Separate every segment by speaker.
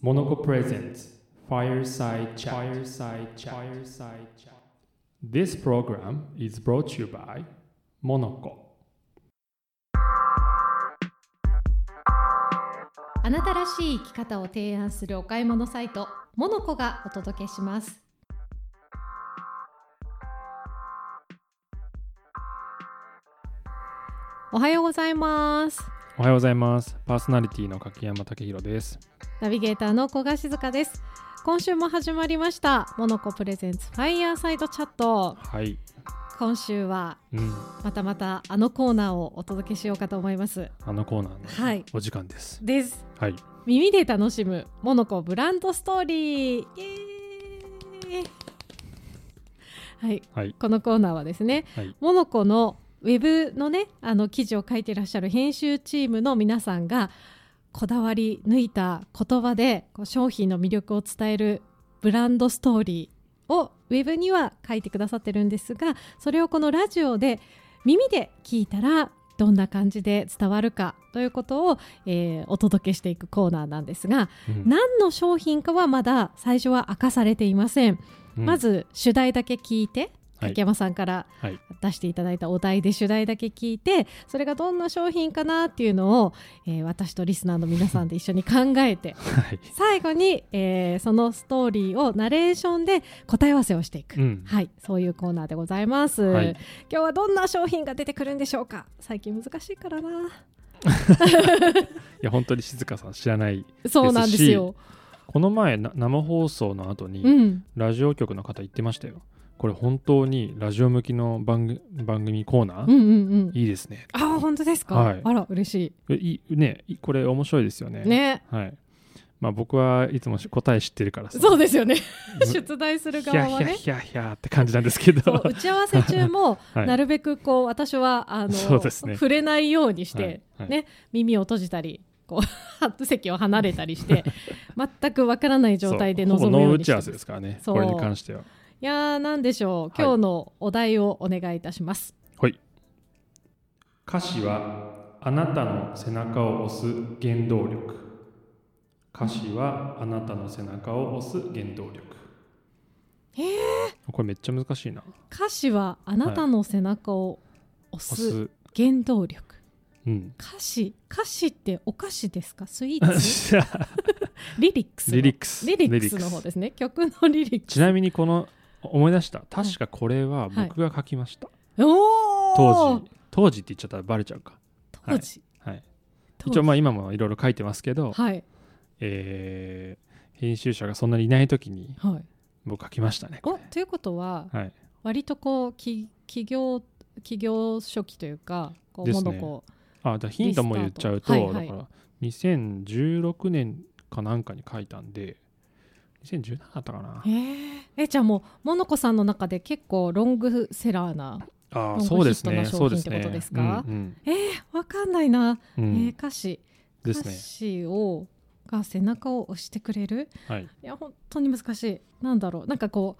Speaker 1: モノコプレゼンツ Fireside Chat Fireside Chat Fireside Chat This program is brought to you by モノコ
Speaker 2: あなたらしい生き方を提案するお買い物サイトモノコがお届けしますおはようございます
Speaker 1: おはようございますパーソナリティの柿山武宏です
Speaker 2: ナビゲーターの小賀静香です今週も始まりましたモノコプレゼンツファイヤーサイドチャット
Speaker 1: はい
Speaker 2: 今週は
Speaker 1: うん
Speaker 2: またまたあのコーナーをお届けしようかと思います
Speaker 1: あのコーナーの
Speaker 2: はい
Speaker 1: お時間です
Speaker 2: です
Speaker 1: はい
Speaker 2: 耳で楽しむモノコブランドストーリーイエーイはい
Speaker 1: はい
Speaker 2: このコーナーはですね、
Speaker 1: はい
Speaker 2: モノコのウェブのねあの記事を書いてらっしゃる編集チームの皆さんがこだわり抜いた言葉でこう商品の魅力を伝えるブランドストーリーをウェブには書いてくださってるんですがそれをこのラジオで耳で聞いたらどんな感じで伝わるかということを、えーお届けしていくコーナーなんですが
Speaker 1: うん
Speaker 2: 何の商品かはまだ最初は明かされていません。
Speaker 1: うん
Speaker 2: まず主題だけ聞いて
Speaker 1: はい
Speaker 2: 竹山さんから
Speaker 1: はい
Speaker 2: 出していただいたお題で主題だけ聞いてそれがどんな商品かなっていうのを、えー私とリスナーの皆さんで一緒に考 えて
Speaker 1: はい
Speaker 2: 最後に、えーそのストーリーをナレーションで答え合わせをしていく、
Speaker 1: うん
Speaker 2: はいそういうコーナーでございます、
Speaker 1: はい
Speaker 2: 今日はどんな商品が出てくるんでしょうか最近難しいからない
Speaker 1: や本当に静香さん知らない
Speaker 2: そうなんですよ
Speaker 1: この前な生放送の後に、
Speaker 2: うん
Speaker 1: ラジオ局の方言ってましたよこれ本当にラジオ向きの番組番組コーナー、
Speaker 2: うんうんうん
Speaker 1: いいですね
Speaker 2: あ本当ですか、
Speaker 1: はい
Speaker 2: あら嬉し
Speaker 1: えいいねいこれ面白いですよね
Speaker 2: いね
Speaker 1: はいまあ僕はいつもし答え知ってるからさ
Speaker 2: そうですよね
Speaker 1: む
Speaker 2: 出題する
Speaker 1: ヒャ
Speaker 2: 側
Speaker 1: ヒ
Speaker 2: は
Speaker 1: ャ
Speaker 2: ね
Speaker 1: ヒャヒャって感じなんですけど
Speaker 2: そう打ち合わせ中も
Speaker 1: はい
Speaker 2: なるべくこう私はあの
Speaker 1: そうですね
Speaker 2: 触れないようにして、
Speaker 1: はいはい
Speaker 2: ね、耳を閉じたりこう 席を離れたりして 全くわからない状態で
Speaker 1: そう
Speaker 2: 臨む
Speaker 1: ほ
Speaker 2: よ
Speaker 1: ぼ
Speaker 2: う
Speaker 1: ノー打
Speaker 2: に
Speaker 1: ち
Speaker 2: して
Speaker 1: 合
Speaker 2: ま
Speaker 1: わ
Speaker 2: す
Speaker 1: せですからね
Speaker 2: そう
Speaker 1: これに関してはい
Speaker 2: やーなんでしょう
Speaker 1: はい
Speaker 2: 今日のお題をお願いいたします、
Speaker 1: はい歌詞はあなたの背中を押す原動力歌詞はあなたの背中を押す原動力
Speaker 2: へえ
Speaker 1: これめっちゃ難しいな
Speaker 2: 歌詞はあなたの背中を
Speaker 1: 押
Speaker 2: 押す
Speaker 1: す
Speaker 2: 原動力
Speaker 1: うん
Speaker 2: 歌詞歌詞ってお菓子ですかスイー ツ
Speaker 1: リ
Speaker 2: リリックスの
Speaker 1: リックス
Speaker 2: リリックスの方ですね曲のリリックス
Speaker 1: ちなみにこの思い出した確かこれは僕が書きました、
Speaker 2: おー
Speaker 1: 当時当時って言っちゃったらバレちゃうか
Speaker 2: 当時、
Speaker 1: はい
Speaker 2: 当時
Speaker 1: 一応まあ今もいろいろ書いてますけど、
Speaker 2: はい
Speaker 1: えー編集者がそんなにいない時に
Speaker 2: はい
Speaker 1: 僕書きましたね
Speaker 2: おということは
Speaker 1: はい
Speaker 2: 割とこうき企業企業初期というかこう
Speaker 1: で
Speaker 2: モ
Speaker 1: すね
Speaker 2: ノコ
Speaker 1: あだからヒントも言っちゃうと、
Speaker 2: リスタートはいはい
Speaker 1: だから2016年かなんかに書いたんで2017だったかな
Speaker 2: えーえじゃあもうモノコさんの中で結構ロングセラーな
Speaker 1: あ
Speaker 2: ロン
Speaker 1: あ
Speaker 2: グ
Speaker 1: そうです
Speaker 2: ヒ
Speaker 1: ね
Speaker 2: ットの
Speaker 1: そう
Speaker 2: 商
Speaker 1: で
Speaker 2: 品
Speaker 1: すね
Speaker 2: ってことですか
Speaker 1: うん
Speaker 2: わかんない
Speaker 1: うん
Speaker 2: な、
Speaker 1: う
Speaker 2: え
Speaker 1: ん
Speaker 2: ー歌詞
Speaker 1: です
Speaker 2: 歌
Speaker 1: ね
Speaker 2: 詞をが背中を押してくれる
Speaker 1: はい
Speaker 2: いや本当に難しいなんだろうなんかこ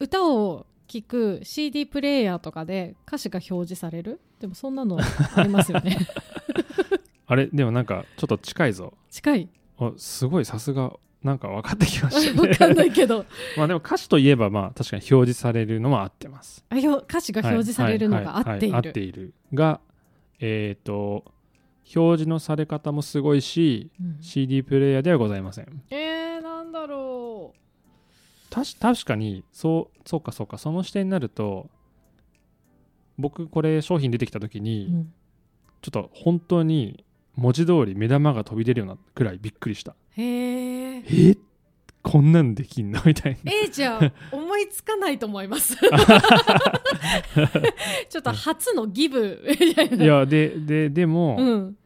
Speaker 2: う歌を聞く CD プレイヤーとかで歌詞が表示されるでもそんなのあります よね
Speaker 1: あれでもなんかちょっと近いぞ
Speaker 2: 近い
Speaker 1: あすごいさすがなんか分かってきました ね
Speaker 2: わかんないけど
Speaker 1: まあでも歌詞といえばまあ確かに表示されるのは合ってます。
Speaker 2: あよ歌詞が 表示されるのが
Speaker 1: はい
Speaker 2: 合って
Speaker 1: はい
Speaker 2: いる、
Speaker 1: はい合っているが、えっ、と表示のされ方もすごいし、
Speaker 2: うん
Speaker 1: CD プレイヤーではございません。
Speaker 2: えー、なんだろ
Speaker 1: たし確かにそうそうかそうかその視点になると、僕これ商品出てきた時
Speaker 2: う、
Speaker 1: に、ちょっと本当に文字通り目玉が飛び出るようなくらいびっくりした。
Speaker 2: へー
Speaker 1: えこんなんできんのみたいな。
Speaker 2: えー、じゃあ思いつかないと思います ちょっと初のギブみたいない
Speaker 1: やでででも。
Speaker 2: うん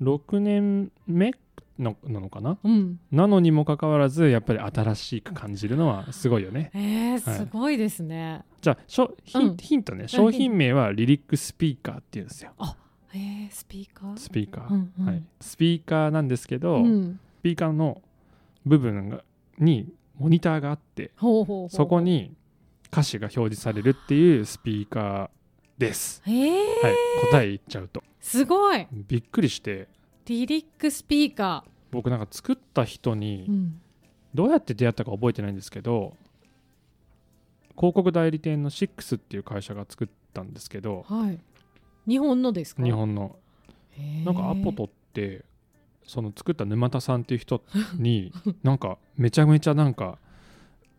Speaker 1: 6年目のなのかな
Speaker 2: うん
Speaker 1: なのにもかかわらずやっぱり新しく感じるのはすごいよね
Speaker 2: えー、すごいですね、
Speaker 1: じゃあしょヒン,、
Speaker 2: うん
Speaker 1: ヒントね商品名はリリックスピーカーっていうんですよ
Speaker 2: えー、スピーカー
Speaker 1: スピーカー、
Speaker 2: うんうん
Speaker 1: はい、スピーカーなんですけど、
Speaker 2: うん
Speaker 1: スピーカーの部分がにモニターがあって
Speaker 2: ほうほうほう
Speaker 1: そこに歌詞が表示されるっていうスピーカーです、
Speaker 2: えー
Speaker 1: はい、答え言っちゃうと
Speaker 2: すごい
Speaker 1: びっくりして
Speaker 2: リリックスピーカー
Speaker 1: 僕なんか作った人
Speaker 2: う
Speaker 1: に
Speaker 2: ん
Speaker 1: どうやって出会ったか覚えてないんですけど広告代理店のシックスっていう会社が作ったんですけど
Speaker 2: はい日本のですか
Speaker 1: 日本の
Speaker 2: へー
Speaker 1: なんかアポ取ってその作った沼田さんっていう人 になんかめちゃめちゃなんか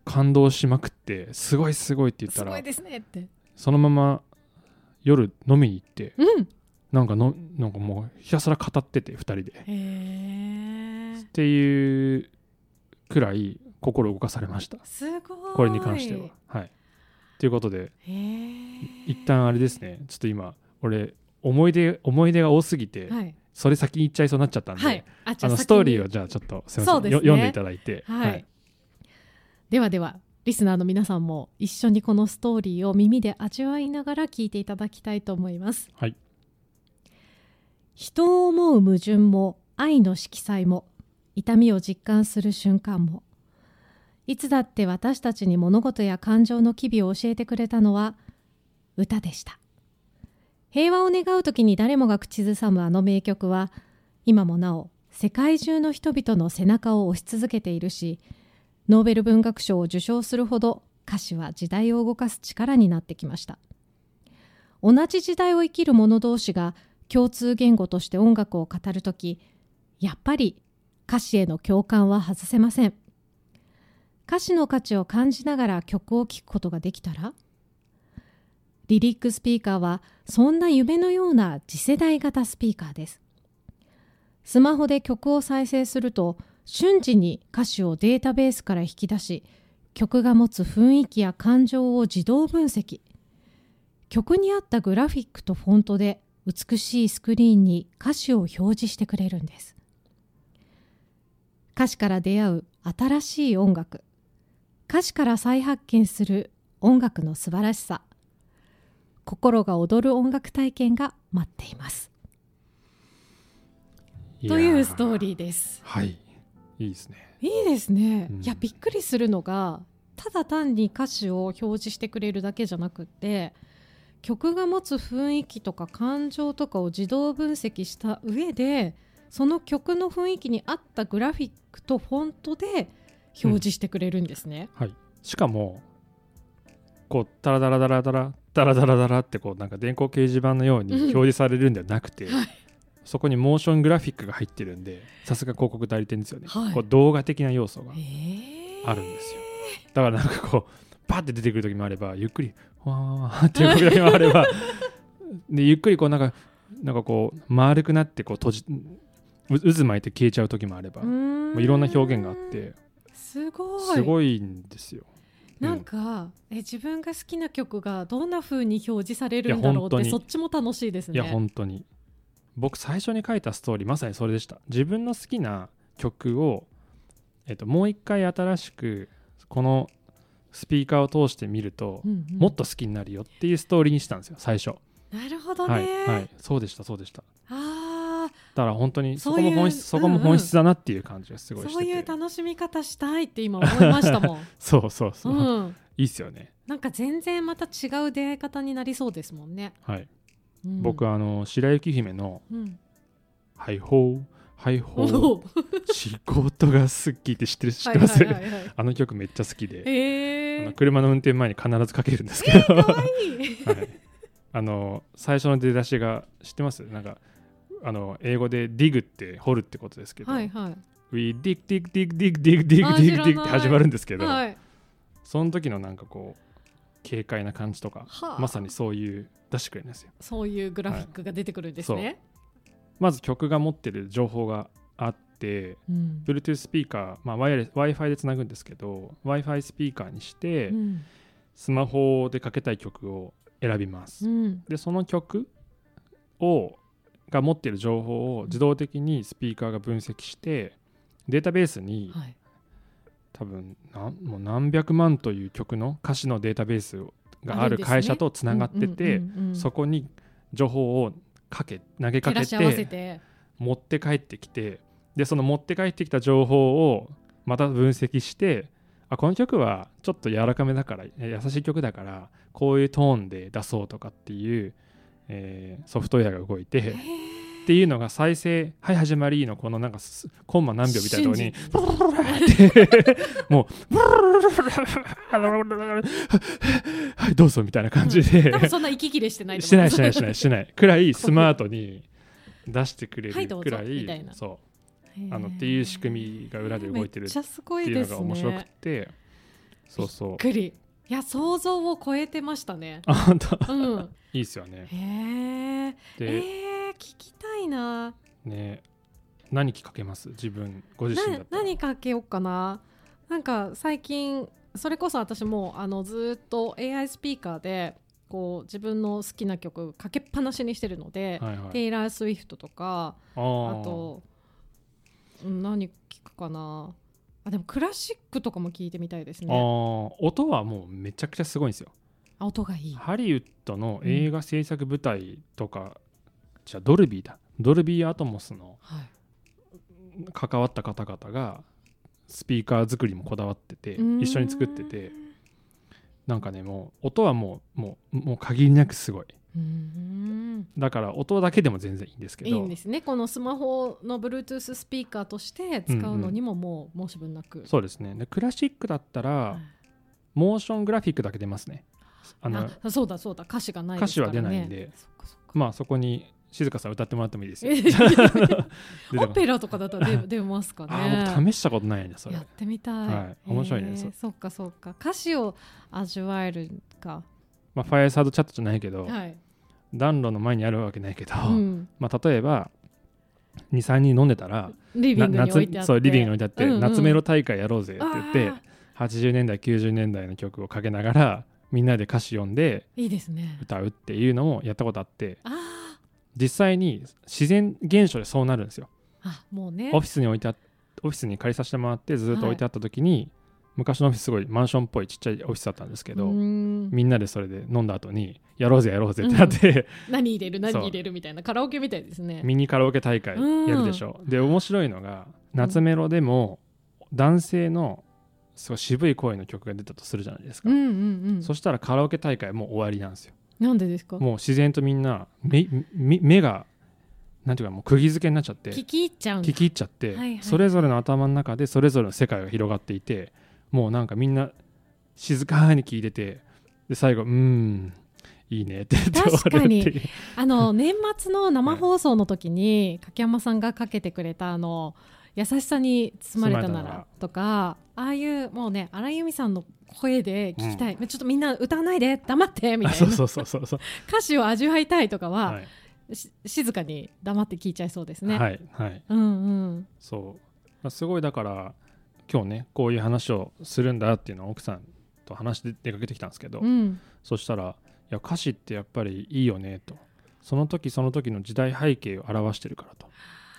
Speaker 1: 感動しまくってすごいすごいって言っ
Speaker 2: す
Speaker 1: た
Speaker 2: ご
Speaker 1: ら
Speaker 2: いですねって
Speaker 1: そのまま夜飲みに行って
Speaker 2: うん
Speaker 1: なんかのなんかもうひたすら語ってて2人で。
Speaker 2: へえ
Speaker 1: っていうくらい心動かされました
Speaker 2: すごい
Speaker 1: これに関しては。はい、ということで
Speaker 2: へえ
Speaker 1: 一旦あれですねちょっと今俺思い出思い出が多すぎて、
Speaker 2: はい
Speaker 1: それ先に行っちゃいそうになっちゃったんで、
Speaker 2: はいあじ
Speaker 1: あ
Speaker 2: ゃ
Speaker 1: の
Speaker 2: あ
Speaker 1: ストーリー
Speaker 2: を
Speaker 1: をじゃあちょっとすみません
Speaker 2: そうですね
Speaker 1: よ読んでいただいて、
Speaker 2: はい、ではではリスナーの皆さんも一緒にこのストーリーを耳で味わいながら聞いていただきたいと思います、
Speaker 1: はい
Speaker 2: 人を思う矛盾も愛の色彩も痛みを実感する瞬間もいつだって私たちに物事や感情の機微を教えてくれたのは歌でした平和を願う時に誰もが口ずさむあの名曲は今もなお世界中の人々の背中を押し続けているしノーベル文学賞を受賞するほど歌詞は時代を動かす力になってきました同じ時代を生きる者同士が共通言語として音楽を語るときやっぱり歌詞への共感は外せません歌詞の価値を感じながら曲を聴くことができたらリリックスピーカーはそんな夢のような次世代型スピーカーですスマホで曲を再生すると瞬時に歌詞をデータベースから引き出し曲が持つ雰囲気や感情を自動分析曲に合ったグラフィックとフォントで美しいスクリーンに歌詞を表示してくれるんです歌詞から出会う新しい音楽歌詞から再発見する音楽の素晴らしさ心が躍る音楽体験が待っています
Speaker 1: いや
Speaker 2: というストーリーです
Speaker 1: はいいいですね
Speaker 2: いいですね、
Speaker 1: うん
Speaker 2: いやびっくりするのがただ単に歌詞を表示してくれるだけじゃなくって曲が持つ雰囲気とか感情とかを自動分析した上でその曲の雰囲気に合ったグラフィックとフォントで表示してくれるんですね。
Speaker 1: しかもこうダラダラダラダラダラダラダラってこうなんか電光掲示板のように
Speaker 2: うん
Speaker 1: 表示されるんではなくて、
Speaker 2: はい
Speaker 1: そこにモーショングラフィックが入ってるんでさすが広告代理店ですよね、
Speaker 2: はい
Speaker 1: こう動画的な要素が
Speaker 2: へー
Speaker 1: あるんですよだからなんかこうパッて出てくる時もあればゆっくりわーわーっていう時もあれば でゆっくりこうなんかなんかこう丸くなってこう閉じう渦巻いて消えちゃう時もあれば、
Speaker 2: うー
Speaker 1: も
Speaker 2: ん
Speaker 1: ういろんな表現があって
Speaker 2: すごい
Speaker 1: すごいんですよ。
Speaker 2: なんか、え自分が好きな曲がどんな風に表示され
Speaker 1: い
Speaker 2: る
Speaker 1: や
Speaker 2: んだろう
Speaker 1: 本当
Speaker 2: って
Speaker 1: に
Speaker 2: そっちも楽しいです
Speaker 1: い
Speaker 2: ね。
Speaker 1: や本当に僕最初に書いたストーリーまさにそれでした自分の好きな曲を、えっと、もう一回新しくこのスピーカーを通して見ると、
Speaker 2: うんうん
Speaker 1: もっと好きになるよっていうストーリーにしたんですよ最初、
Speaker 2: なるほどね、
Speaker 1: はいはいそうでしたそうでした
Speaker 2: ああ
Speaker 1: だから本当にそ
Speaker 2: そう
Speaker 1: こ
Speaker 2: いう
Speaker 1: も本質そこ
Speaker 2: うんう
Speaker 1: も
Speaker 2: ん
Speaker 1: 本質だなっていう感じがすごいしてて、
Speaker 2: そういう楽しみ方したいって今思いましたもん、
Speaker 1: そうそう そう、
Speaker 2: うん、
Speaker 1: いいっすよね
Speaker 2: なんか全然また違う出会い方になりそうですもんね、
Speaker 1: はい、
Speaker 2: うん、
Speaker 1: 僕あの白雪姫の
Speaker 2: うん、
Speaker 1: 「ハイホーハイホー
Speaker 2: おー
Speaker 1: 仕事が好き」って知ってる知ってます、
Speaker 2: はいは いはいはい
Speaker 1: あの曲めっちゃ好きであ
Speaker 2: え
Speaker 1: の
Speaker 2: ー、
Speaker 1: 車の運転前に必ずかけるんですけど、
Speaker 2: かわいい
Speaker 1: はい、あの最初の出だしが知ってますなんかあの英語で「dig」って掘るってことですけど「
Speaker 2: はいはい
Speaker 1: We dig dig dig dig dig dig
Speaker 2: あ
Speaker 1: dig
Speaker 2: ー
Speaker 1: dig」って
Speaker 2: 知らない
Speaker 1: 始まるんですけど、
Speaker 2: はい
Speaker 1: その時のなんかこう軽快な感じとか
Speaker 2: はあ
Speaker 1: まさにそういう出してくれるんですよ
Speaker 2: そういうグラフィックが出てくるんですね、
Speaker 1: まず曲が持ってる情報があって
Speaker 2: うん
Speaker 1: Bluetooth スピーカー、まあ、ワイヤレス Wi-Fi でつなぐんですけど Wi-Fi スピーカーにして、
Speaker 2: うん
Speaker 1: スマホでかけたい曲を選びます、
Speaker 2: うん
Speaker 1: でその曲をが持っている情報を自動的にスピーカーが分析してデータベースに
Speaker 2: はい
Speaker 1: 多分なんもう何百万という曲の歌詞のデータベースがあ
Speaker 2: あ
Speaker 1: る
Speaker 2: るんですね
Speaker 1: 会社とつながってて
Speaker 2: うんうんうんうん
Speaker 1: そこに情報をかけ投げか
Speaker 2: 照
Speaker 1: け
Speaker 2: らし合わせ
Speaker 1: て
Speaker 2: て
Speaker 1: 持って帰ってきてでその持って帰ってきた情報をまた分析してあこの曲はちょっと柔らかめだからえ優しい曲だからこういうトーンで出そうとかっていう、えーソフトウェアが動いて
Speaker 2: へー
Speaker 1: っっていうのが再生「はい始まり」のこのなんかすコンマ何秒みたいなところに
Speaker 2: 瞬
Speaker 1: ブルルルルルってもうブルルルルルルルルルルはいどうぞみたいな感じで
Speaker 2: 多分そんな息切れしてないと
Speaker 1: して
Speaker 2: 思
Speaker 1: な
Speaker 2: う
Speaker 1: いしてないしてないして ないくらいスマートに出してくれ
Speaker 2: はい
Speaker 1: る
Speaker 2: どう
Speaker 1: く
Speaker 2: ぞ
Speaker 1: らい
Speaker 2: みたいな
Speaker 1: そう
Speaker 2: へー
Speaker 1: あのっていう仕組みが裏で動いてる
Speaker 2: め
Speaker 1: っ
Speaker 2: っちゃすご
Speaker 1: て
Speaker 2: い
Speaker 1: いう
Speaker 2: で
Speaker 1: の
Speaker 2: す
Speaker 1: が
Speaker 2: ね
Speaker 1: 面白くてそうそう
Speaker 2: びっくりいや想像を超えてましたね
Speaker 1: あ本当
Speaker 2: うん
Speaker 1: いいっすよね
Speaker 2: へええ
Speaker 1: で
Speaker 2: ー、聞きたいな
Speaker 1: ね何きっかけます自分ご自身だ
Speaker 2: な
Speaker 1: ったら
Speaker 2: 何かけようかななんか最近それこそ私もうあのずーっと AI スピーカーでこう自分の好きな曲かけっぱなしにしてるので、
Speaker 1: はいはい
Speaker 2: テイラー・スウィフトとか
Speaker 1: あ
Speaker 2: あ
Speaker 1: ー
Speaker 2: とうん何聞くかなあでもクラシックとかも聞いてみたいです
Speaker 1: あ
Speaker 2: ね
Speaker 1: ー音はもうめちゃくちゃすごいんですよ
Speaker 2: あ音がいい
Speaker 1: ハリウッドの映画制作舞台とかじゃあドルビーだドルビーアトモスの
Speaker 2: は
Speaker 1: 関わった方々がスピーカー作りもこだわってて
Speaker 2: い、うーん
Speaker 1: 一緒に作っててなんかねもう音はもうもうもう限りなくすごいう
Speaker 2: ーん
Speaker 1: だから音だけでも全然いいんですけど
Speaker 2: いいんですねこのスマホの Bluetooth スピーカーとして使うのにももう申し分なく、
Speaker 1: そうですねでクラシックだったら、
Speaker 2: はい
Speaker 1: モーショングラフィックだけ出ますねあの
Speaker 2: あそうだそうだ歌詞がないですから、ね、
Speaker 1: 歌詞は出ないんで
Speaker 2: そっかそっか
Speaker 1: まあそこに静香さん歌ってもらってもいい ですよ
Speaker 2: え
Speaker 1: 出てます
Speaker 2: オペラとかだったら出 出ますかね
Speaker 1: あー僕試したことないねそれ
Speaker 2: やってみたい、
Speaker 1: はい面白いね
Speaker 2: へー
Speaker 1: そう
Speaker 2: そっかそっか歌詞を味わえるか
Speaker 1: まあファイアサードチャットじゃないけど、
Speaker 2: はい、
Speaker 1: 暖炉の前にあるわけないけど、
Speaker 2: うん、
Speaker 1: まあ例えば23人飲んでたら
Speaker 2: リビングに置いて
Speaker 1: 夏
Speaker 2: あって
Speaker 1: そうリビングに置いてあって、
Speaker 2: うんうん
Speaker 1: 夏メロ大会やろうぜって言っ
Speaker 2: あ
Speaker 1: て80年代90年代の曲をかけながらみんなで歌詞読んで
Speaker 2: ーいいですね
Speaker 1: 歌うっていうのもやったことあって
Speaker 2: あー
Speaker 1: 実際に自然現象でそうなるんですよ
Speaker 2: あもうね
Speaker 1: オフィスに置いてあオフィスに借りさせてもらってずっと置いてあった時に、昔のオフィスすごいマンションっぽいちっちゃいオフィスだったんですけど、
Speaker 2: うーん
Speaker 1: みんなでそれで飲んだ後にやろうぜやろうぜってなって、
Speaker 2: 何入れる何
Speaker 1: そう
Speaker 2: 入れるみたいなカラオケみたいですね
Speaker 1: ミニカラオケ大会やるでしょ、で面白いのが夏メロでも男性のすごい渋い声の曲が出たとするじゃないですか、
Speaker 2: うんうんうん
Speaker 1: そしたらカラオケ大会もう終わりなんですよ
Speaker 2: なんでですか
Speaker 1: もう自然とみんな目目目がなんていうかもう釘付けになっちゃって
Speaker 2: 聞き入っちゃうんだ
Speaker 1: 聞き入っちゃって、
Speaker 2: はいはい
Speaker 1: それぞれの頭の中でそれぞれの世界が広がっていてもうなんかみんな静かに聞いててで最後「うーんいいね」って言って終わるっていう
Speaker 2: あの年末の生放送の時に柿山さんがかけてくれたあの優しさに包まれた
Speaker 1: 包ま
Speaker 2: な
Speaker 1: れたな
Speaker 2: ら
Speaker 1: ら
Speaker 2: とかああいうもうね荒井由実さんの声で聞きたい、ちょっとみんな歌わないで黙ってみ
Speaker 1: あ
Speaker 2: たい
Speaker 1: そう
Speaker 2: な
Speaker 1: そうそうそうそう
Speaker 2: 歌詞を味わいたいとかは、
Speaker 1: はい、
Speaker 2: し静かに黙って聞いちゃいそうですね。
Speaker 1: はいはい、
Speaker 2: うんうん、
Speaker 1: そうすごいだから今日ねこういう話をするんだっていうのを奥さんと話して出かけてきたんですけど、
Speaker 2: うん
Speaker 1: そしたら「いや歌詞ってやっぱりいいよね」と「その時その時の時代背景を表してるから」と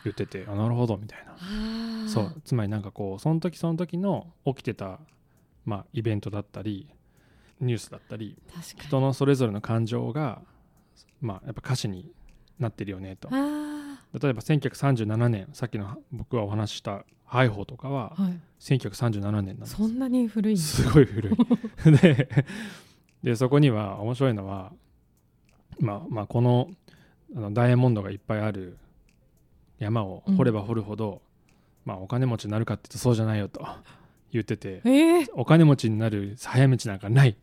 Speaker 1: 言ってて「あなるほど」みたいな。
Speaker 2: あー
Speaker 1: そうつまりなんかこうその時その時の起きてた、まあ、イベントだったりニュースだったり
Speaker 2: 確か
Speaker 1: 人のそれぞれの感情が、まあ、やっぱ歌詞になってるよねと
Speaker 2: にあ
Speaker 1: 例えば1937年さっきの僕がお話しした「ハイホー」とかは
Speaker 2: ー、はい、
Speaker 1: 1937年なんです
Speaker 2: そんなに古いんだ
Speaker 1: すごい古 いででそこには面白いのは、まあ、まあこのあのダイヤモンドがいっぱいある山を掘れば掘るほど、まあ、お金持ちになるかって言うとそうじゃないよと言ってて
Speaker 2: えー、
Speaker 1: お金持ちになる早道なんかない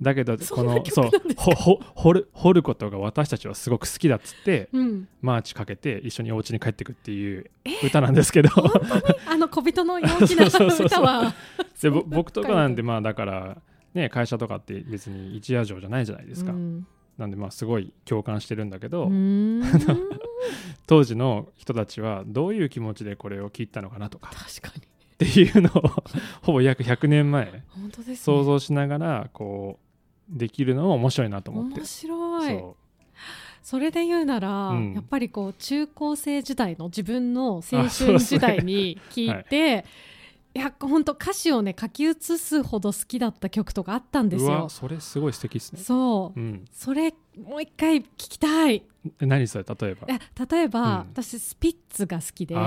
Speaker 1: だけど
Speaker 2: そ
Speaker 1: こ
Speaker 2: んな
Speaker 1: のそう
Speaker 2: 曲なんですか
Speaker 1: ほほ掘る掘ることが私たちはすごく好きだっつって
Speaker 2: うん、
Speaker 1: マーチかけて一緒にお家に帰ってくっていう歌なんですけど、
Speaker 2: あの小人の陽気な
Speaker 1: そうそうそう
Speaker 2: 歌は
Speaker 1: でぼ僕とかなんてまあだからね会社とかって別に一夜城じゃないじゃないですか、
Speaker 2: うん
Speaker 1: なんでまあすごい共感してるんだけ
Speaker 2: う
Speaker 1: ど、
Speaker 2: ーん
Speaker 1: 当時の人たちはどういう気持ちでこれを聞いたのかなとか
Speaker 2: 確かに
Speaker 1: っていうのを ほぼ約100年前
Speaker 2: 本当です、ね、
Speaker 1: 想像しながらこうできるのも面白いなと思って
Speaker 2: 面白いそ
Speaker 1: そ
Speaker 2: れで言うなら、
Speaker 1: うん
Speaker 2: やっぱりこう中高生時代の自分の青
Speaker 1: あそうで
Speaker 2: 春
Speaker 1: すね
Speaker 2: 時代に聞いて、いや本当歌詞をね書き写すほど好きだった曲とかあったん
Speaker 1: う
Speaker 2: です
Speaker 1: うわ
Speaker 2: よ
Speaker 1: それすごい素敵ですね
Speaker 2: そう
Speaker 1: うん
Speaker 2: それもう一回聞きたい
Speaker 1: え何それ例えば
Speaker 2: いや例えば、
Speaker 1: うん
Speaker 2: 私スピッツが好きでスピ
Speaker 1: あ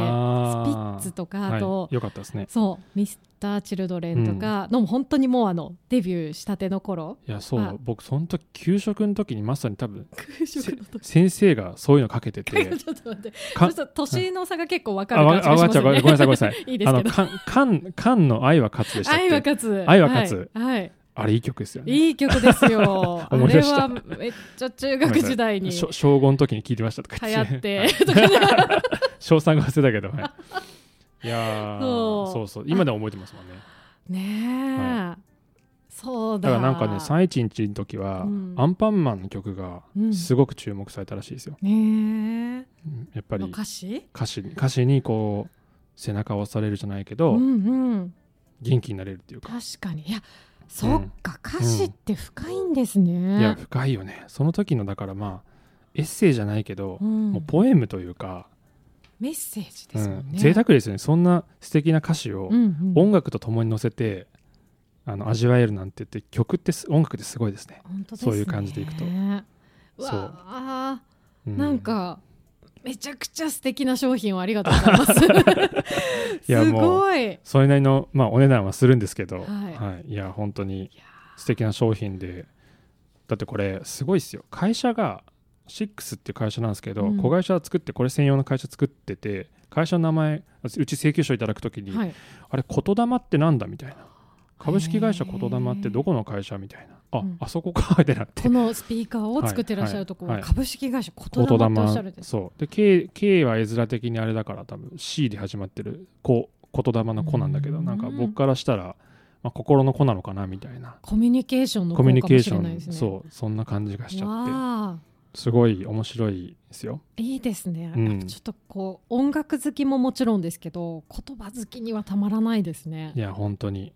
Speaker 1: ー
Speaker 2: ッツとかあと、
Speaker 1: はい、よかったですね
Speaker 2: そうミスター・チルドレンとかの、もう本当にもうあのデビューしたての頃
Speaker 1: いやそう
Speaker 2: まあ
Speaker 1: 僕その時給食の時にまさに多分
Speaker 2: 空食の時
Speaker 1: 先生がそういうのかけてて
Speaker 2: ちょっと待って
Speaker 1: か
Speaker 2: そうすると年の差が結構わか
Speaker 1: あ
Speaker 2: る
Speaker 1: わ
Speaker 2: 感
Speaker 1: あわかっち
Speaker 2: じ
Speaker 1: ゃうご
Speaker 2: が
Speaker 1: め
Speaker 2: し
Speaker 1: んな
Speaker 2: ます
Speaker 1: さい
Speaker 2: ね
Speaker 1: ごめんなさい
Speaker 2: いいです
Speaker 1: あ
Speaker 2: け
Speaker 1: の
Speaker 2: ど
Speaker 1: かんかんかんの愛は勝つでしたっ
Speaker 2: 愛は
Speaker 1: け
Speaker 2: 勝つ
Speaker 1: 愛は勝つ
Speaker 2: はい、はい
Speaker 1: あれいい曲ですよね
Speaker 2: いい曲ですよ あ
Speaker 1: 思い出
Speaker 2: れ
Speaker 1: した
Speaker 2: はめっちゃ中学時 代に
Speaker 1: しょ小5の時に聞いてましたとか
Speaker 2: 流
Speaker 1: 言
Speaker 2: 行
Speaker 1: っては
Speaker 2: っ て
Speaker 1: い
Speaker 2: とかね
Speaker 1: 小3が忘れたけど、はい、いやー
Speaker 2: そう
Speaker 1: そうそう今でも覚えてますもんね
Speaker 2: ねえ、そう
Speaker 1: だ
Speaker 2: だ
Speaker 1: からなんかね311の時は、
Speaker 2: うん
Speaker 1: アンパンマンの曲が
Speaker 2: うん
Speaker 1: すごく注目されたらしいですよ、
Speaker 2: ね
Speaker 1: うんやっぱ
Speaker 2: え
Speaker 1: り
Speaker 2: の歌詞
Speaker 1: 歌詞に歌詞にこう背中を押されるじゃないけど、
Speaker 2: うんうん
Speaker 1: 元気になれるっていうか、
Speaker 2: 確かにいやそっか、歌詞って深いんですね、
Speaker 1: いや深いよねその時のだからまあエッセイじゃないけど、
Speaker 2: うん
Speaker 1: もうポエムというか、
Speaker 2: メッセージで
Speaker 1: う
Speaker 2: すもんね、
Speaker 1: ん贅沢ですよねそんな素敵な歌詞を
Speaker 2: うんうん
Speaker 1: 音楽とともに乗せて、あの味わえるなんてって曲ってす音楽ってすごいですね、
Speaker 2: 本当ですね
Speaker 1: そういう感じでいくと
Speaker 2: う
Speaker 1: そう
Speaker 2: わあ、
Speaker 1: う
Speaker 2: なんかめちゃくちゃ素敵な商品をありがとうございます
Speaker 1: いや
Speaker 2: す
Speaker 1: も
Speaker 2: ごい
Speaker 1: それなりの、まあ、お値段はするんですけど、
Speaker 2: はい
Speaker 1: いや本当に
Speaker 2: いや
Speaker 1: 素敵な商品でだってこれすごいですよ会社が6っていう会社なんですけど、
Speaker 2: うん
Speaker 1: 子会社作ってこれ専用の会社作ってて会社の名前うち請求書いただくときに、
Speaker 2: はい、
Speaker 1: あれ言霊ってなんだみたいな株式会社言霊ってどこの会社みたいなあ、
Speaker 2: うん
Speaker 1: あそこかみたいになって
Speaker 2: このスピーカーを作ってらっしゃるところ、
Speaker 1: はいはい
Speaker 2: 株式会社
Speaker 1: 言
Speaker 2: 言霊っておっしゃるん
Speaker 1: 霊
Speaker 2: です
Speaker 1: そうで K, K は絵面的にあれだから多分 C で始まってる子言霊の子なんだけど、
Speaker 2: うん
Speaker 1: なんか僕からしたら、まあ、心の子なのかなみたいな
Speaker 2: コミュニケーションの
Speaker 1: コミュ
Speaker 2: 方
Speaker 1: ニ
Speaker 2: か
Speaker 1: ケ
Speaker 2: も
Speaker 1: ー
Speaker 2: し
Speaker 1: シ
Speaker 2: れ
Speaker 1: ョ
Speaker 2: ない
Speaker 1: ン、
Speaker 2: ですね
Speaker 1: そうそんな感じがしちゃっ
Speaker 2: わあ
Speaker 1: てすごい面白いですよ
Speaker 2: いいですね、
Speaker 1: うん
Speaker 2: ちょっとこう音楽好きももちろんですけど言葉好きにはたまらないですね
Speaker 1: いや本当に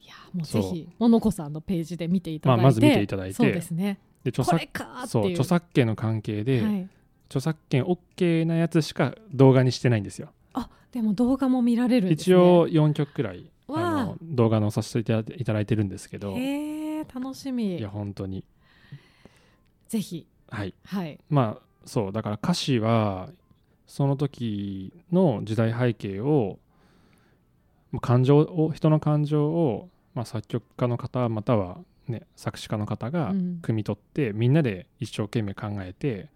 Speaker 2: いやもう
Speaker 1: そ
Speaker 2: ぜ
Speaker 1: う
Speaker 2: ひものこさんのページで見ていただいて、
Speaker 1: まあまず見ていただいて
Speaker 2: そうですね
Speaker 1: で著
Speaker 2: こ
Speaker 1: 作
Speaker 2: れかーってい
Speaker 1: そうう著作権の関係で、
Speaker 2: はい、
Speaker 1: 著作権 OK なやつしか動画にしてないんですよ
Speaker 2: あでも動画も見られるんです、
Speaker 1: 一
Speaker 2: ね、
Speaker 1: 応4曲くらい
Speaker 2: わあ
Speaker 1: あの動画のさせていただいただいてるんですけどい
Speaker 2: へえ楽しみ
Speaker 1: や本当に
Speaker 2: ぜひ
Speaker 1: はい
Speaker 2: はい
Speaker 1: まあそうだから歌詞はその時の時代背景をまあ感情を人の感情を、まあ、作曲家の方または、ね、作詞家の方が
Speaker 2: うん
Speaker 1: 汲み取って、みんなで一生懸命考えて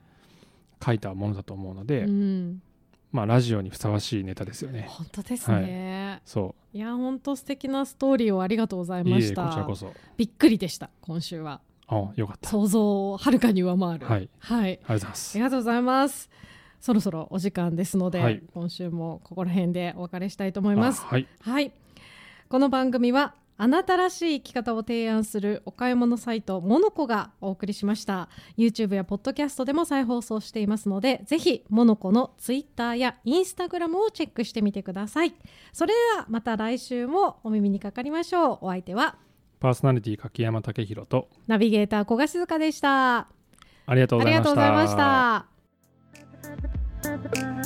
Speaker 1: 書いたものだと思うので、
Speaker 2: うん
Speaker 1: まあ、ラジオにふさわしいネタですよね。
Speaker 2: 本当ですね、
Speaker 1: そ
Speaker 2: い、や本当素敵なストーリーをありがとうございうま
Speaker 1: いえ
Speaker 2: し
Speaker 1: いえ
Speaker 2: た
Speaker 1: こちらこそ
Speaker 2: びっくりでした今週は
Speaker 1: あよかった
Speaker 2: 想像をはるかに上回る
Speaker 1: はい、
Speaker 2: はい、
Speaker 1: ありがとうございま
Speaker 2: あ
Speaker 1: す
Speaker 2: りがとうございますそろそろお時間ですので、
Speaker 1: はい
Speaker 2: 今週もここら辺でお別れしたいと思います
Speaker 1: あはい
Speaker 2: はい。この番組はあなたらしい生き方を提案するお買い物サイトモノコがお送りしました。YouTube やポッドキャストでも再放送していますので、ぜひモノコの Twitter や Instagram をチェックしてみてください。それではまた来週もお耳にかかりましょう。お相手は
Speaker 1: パーソナリティ柿山武宏と
Speaker 2: ナビゲーター小賀静香でした。
Speaker 1: ありがとう
Speaker 2: あ
Speaker 1: ご
Speaker 2: り
Speaker 1: ざい
Speaker 2: が
Speaker 1: ま
Speaker 2: とう
Speaker 1: し
Speaker 2: ございま
Speaker 1: た
Speaker 2: した。
Speaker 3: 「